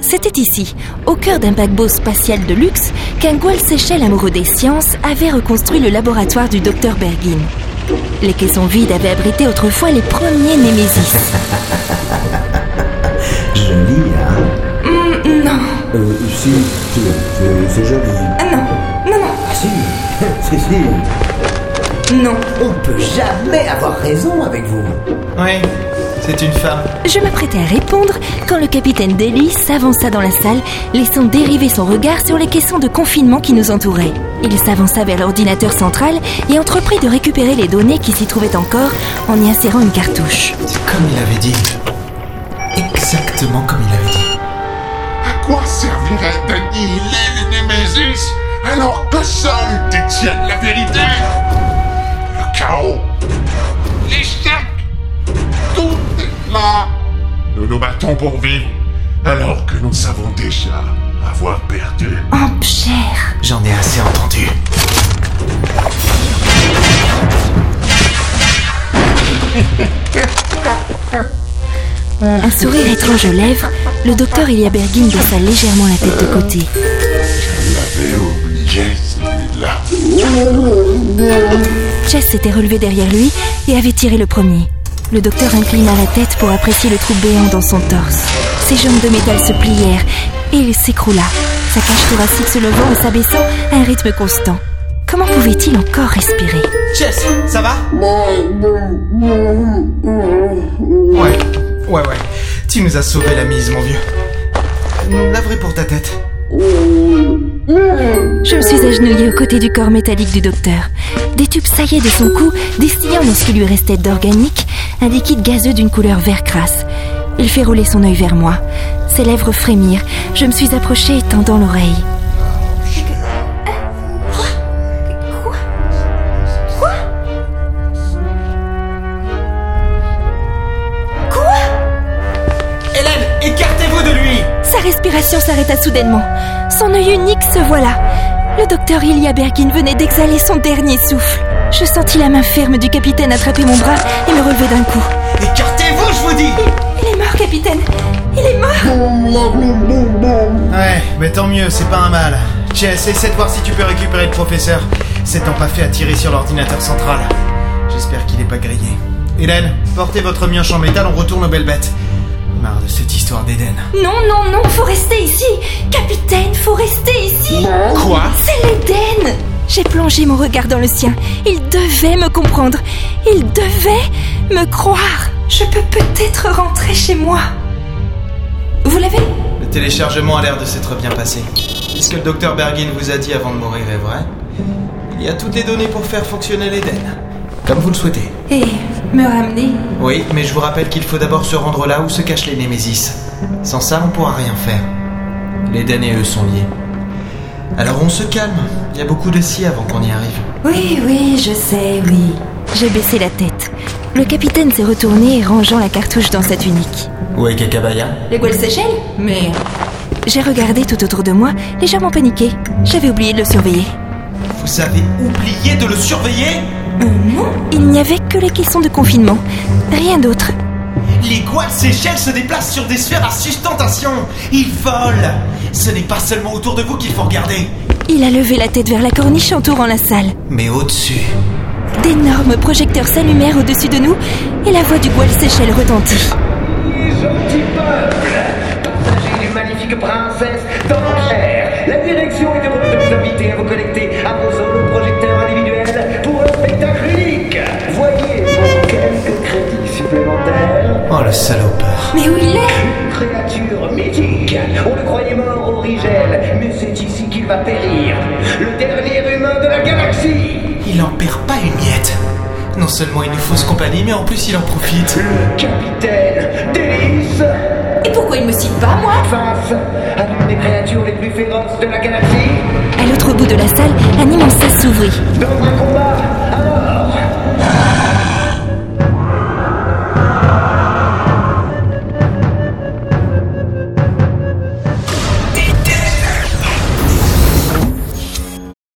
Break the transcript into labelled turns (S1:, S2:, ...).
S1: C'était ici, au cœur d'un paquebot spatial de luxe, qu'un Gaulle Seychelles amoureux des sciences avait reconstruit le laboratoire du docteur Bergin. Les caissons vides avaient abrité autrefois les premiers Némésis.
S2: Joli, hein
S1: Hmm, non,
S2: Euh, si, si, c'est- c'est joli.
S1: ah non, non, non,
S2: Ah si, si, si.
S1: non.
S2: On peut jamais avoir raison avec vous.
S3: Oui, c'est une femme.
S1: Je m'apprêtais à répondre quand le capitaine Daly s'avança dans la salle, laissant dériver son regard sur les caissons de confinement qui nous entouraient. Il s'avança vers l'ordinateur central et entreprit de récupérer les données qui s'y trouvaient encore en y insérant une cartouche.
S3: C'est comme il avait dit. Exactement comme il avait dit.
S4: À quoi servirait d'annihiler les Némésis alors que seuls détiennent la vérité Le chaos, l'échec, tout est là. Nous nous battons pour vivre alors que nous savons déjà avoir perdu.
S1: Oh, cher
S3: J'en ai assez entendu.
S1: Un sourire étrange aux lèvres, le docteur Elia Bergin baissa légèrement la tête de côté.
S4: J'avais oublié celui-là.
S1: Chess s'était relevé derrière lui et avait tiré le premier. Le docteur inclina la tête pour apprécier le trou béant dans son torse. Ses jambes de métal se plièrent et il s'écroula, sa cage thoracique se levant et s'abaissant à un rythme constant. Comment pouvait-il encore respirer
S3: Jess, ça va Ouais, ouais, ouais. Tu nous as sauvé la mise, mon vieux. Navré pour ta tête.
S1: Je me suis agenouillée aux côtés du corps métallique du docteur. Des tubes saillaient de son cou, destillant dans ce qui lui restait d'organique un liquide gazeux d'une couleur vert crasse. Il fait rouler son œil vers moi. Ses lèvres frémirent. Je me suis approchée, tendant l'oreille.
S3: Hélène, écartez-vous de lui
S1: Sa respiration s'arrêta soudainement. Son œil unique se voila. Le docteur Ilya Bergin venait d'exhaler son dernier souffle. Je sentis la main ferme du capitaine attraper mon bras et me relever d'un coup.
S3: Écartez-vous, je vous dis
S1: Il est mort, capitaine Il est mort
S3: Ouais, mais tant mieux, c'est pas un mal. Jess, essaie de voir si tu peux récupérer le professeur. C'est en pas fait à tirer sur l'ordinateur central. J'espère qu'il est pas grillé. Hélène, portez votre mioche en métal, on retourne aux belles bêtes. Marre de cette histoire d'Éden.
S1: Non, non, non, faut rester ici Capitaine, faut rester ici
S3: Quoi
S1: C'est l'Éden J'ai plongé mon regard dans le sien. Il devait me comprendre. Il devait me croire. Je peux peut-être rentrer chez moi. Vous l'avez
S3: Le téléchargement a l'air de s'être bien passé. C'est ce que le docteur Bergin vous a dit avant de mourir est vrai. Il y a toutes les données pour faire fonctionner l'Éden. Comme vous le souhaitez.
S1: Et me ramener
S3: Oui, mais je vous rappelle qu'il faut d'abord se rendre là où se cachent les Némésis. Sans ça, on pourra rien faire. Les damnés, eux, sont liés. Alors on se calme. Il y a beaucoup de si avant qu'on y arrive.
S1: Oui, oui, je sais, oui. J'ai baissé la tête. Le capitaine s'est retourné, rangeant la cartouche dans sa tunique.
S3: Où est Kakabaya
S1: Les Gaules Seychelles Mais. J'ai regardé tout autour de moi, légèrement paniqué. J'avais oublié de le surveiller.
S3: Vous avez oublié de le surveiller
S1: Euh, Il n'y avait que les caissons de confinement, rien d'autre.
S3: Les Gouales Seychelles se déplacent sur des sphères à sustentation. Ils volent. Ce n'est pas seulement autour de vous qu'il faut regarder,
S1: Il a levé la tête vers la corniche entourant la salle.
S3: mais au-dessus.
S1: D'énormes projecteurs s'allumèrent au-dessus de nous et la voix du Goual Seychelles retentit.
S5: Les hommes du peuple, passagers d'une magnifique princesse d'Angers, la direction est heureuse de vous inviter à vous connecter à vos solos projecteurs individuels pour un spectacle unique. Voyez pour quelques crédits supplémentaires,
S3: Oh le salopard.
S1: Mais où il est
S5: une créature mythique. On le croyait mort au Rigel, mais c'est ici qu'il va périr. Le dernier humain de la galaxie.
S3: Il en perd pas une miette. Non seulement il nous fausse compagnie, mais en plus il en profite.
S5: Le capitaine Délice
S1: Et pourquoi il me cite pas, moi
S5: face à l'une des créatures les plus féroces de la galaxie.
S1: À l'autre bout de la salle, un immense sas s'ouvrit.
S5: Dans